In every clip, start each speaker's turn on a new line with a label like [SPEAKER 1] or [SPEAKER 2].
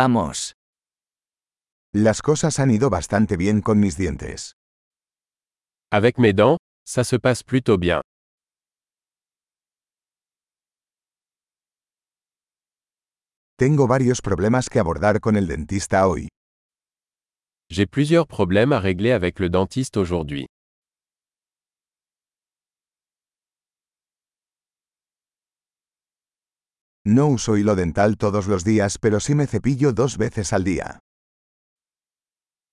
[SPEAKER 1] Vamos.
[SPEAKER 2] Las cosas han ido bastante bien con mis dientes.
[SPEAKER 3] Avec mes dents, ça se passe plutôt bien.
[SPEAKER 2] Tengo varios problemas que abordar con el dentista hoy.
[SPEAKER 3] J'ai plusieurs problèmes à régler avec le dentiste aujourd'hui.
[SPEAKER 2] No uso hilo dental todos los días, pero sí me cepillo dos veces al día.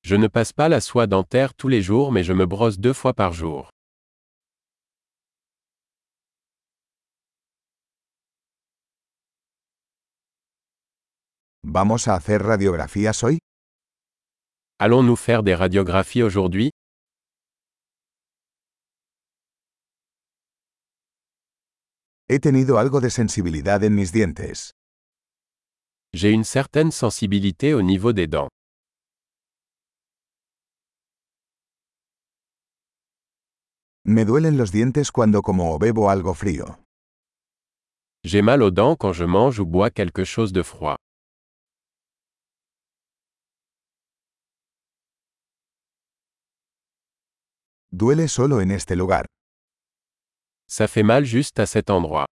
[SPEAKER 3] Je ne passe pas la soie dentaire tous les jours mais je me brosse deux fois par jour.
[SPEAKER 2] ¿Vamos a hacer radiografías hoy?
[SPEAKER 3] Allons-nous faire des radiographies aujourd'hui
[SPEAKER 2] He tenido algo de sensibilidad en mis dientes.
[SPEAKER 3] J'ai une certaine sensibilité au niveau des dents.
[SPEAKER 2] Me duelen los dientes cuando como o bebo algo frío.
[SPEAKER 3] J'ai mal aux dents quand je mange ou bois quelque chose de froid.
[SPEAKER 2] Duele solo en este lugar.
[SPEAKER 3] Ça fait mal juste à cet endroit.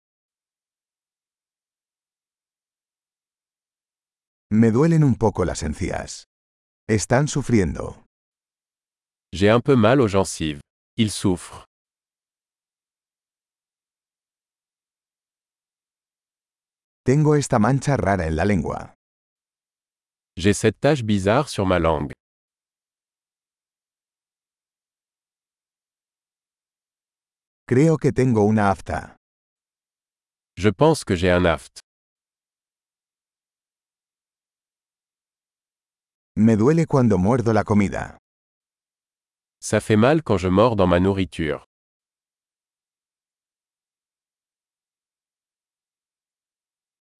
[SPEAKER 2] Me duelen un poco las encías. Están sufriendo.
[SPEAKER 3] J'ai un peu mal aux gencives. Il souffre.
[SPEAKER 2] Tengo esta mancha rara en la lengua.
[SPEAKER 3] J'ai cette tache bizarre sur ma langue.
[SPEAKER 2] Creo que tengo una afta.
[SPEAKER 3] Je pense que j'ai un aft.
[SPEAKER 2] Me duele cuando muerdo la comida.
[SPEAKER 3] Ça fait mal quand je mords dans ma nourriture.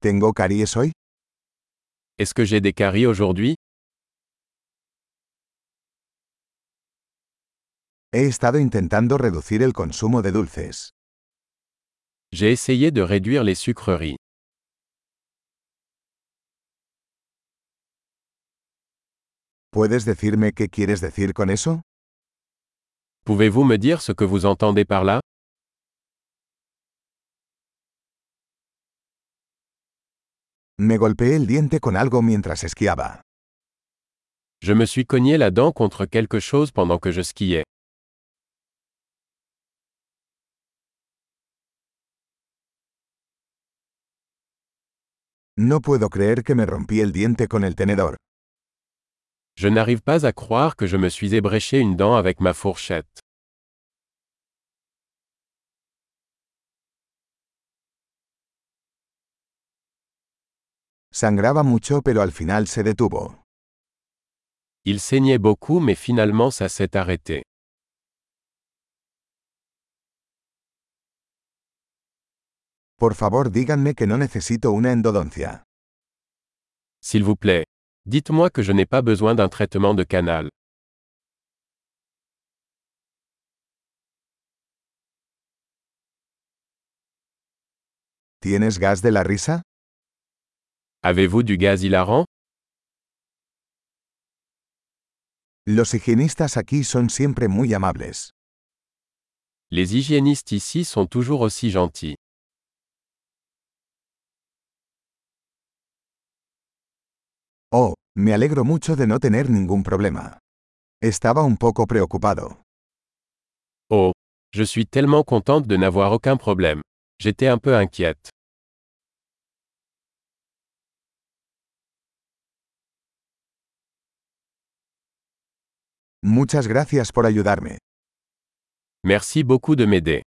[SPEAKER 2] ¿Tengo caries hoy?
[SPEAKER 3] Est-ce que j'ai des caries aujourd'hui
[SPEAKER 2] He estado intentando reducir el consumo de dulces.
[SPEAKER 3] J'ai essayé de réduire les sucreries.
[SPEAKER 2] ¿Puedes decirme qué quieres decir con eso?
[SPEAKER 3] Pouvez-vous me dire ce que vous entendez par là
[SPEAKER 2] Me golpeé el diente con algo mientras esquiaba.
[SPEAKER 3] Je me suis cogné la dent contre quelque chose pendant que je skiais.
[SPEAKER 2] No puedo creer que me rompí el diente con el tenedor.
[SPEAKER 3] Je n'arrive pas à croire que je me suis ébréché une dent avec ma fourchette.
[SPEAKER 2] Sangraba mucho pero al final se detuvo.
[SPEAKER 3] Il saignait beaucoup mais finalement ça s'est arrêté.
[SPEAKER 2] Por favor díganme que no necesito una endodoncia.
[SPEAKER 3] S'il vous plaît, dites-moi que je n'ai pas besoin d'un traitement de canal.
[SPEAKER 2] ¿Tienes gas de la risa?
[SPEAKER 3] Avez-vous du gaz hilarant
[SPEAKER 2] Los higienistas aquí son siempre muy amables.
[SPEAKER 3] Les hygiénistes ici sont toujours aussi gentils.
[SPEAKER 2] Oh, me alegro mucho de no tener ningún problema. Estaba un poco preocupado.
[SPEAKER 3] Oh, je suis tellement contente de n'avoir aucun problème. J'étais un peu inquiète.
[SPEAKER 2] Muchas gracias por ayudarme.
[SPEAKER 3] Merci beaucoup de m'aider.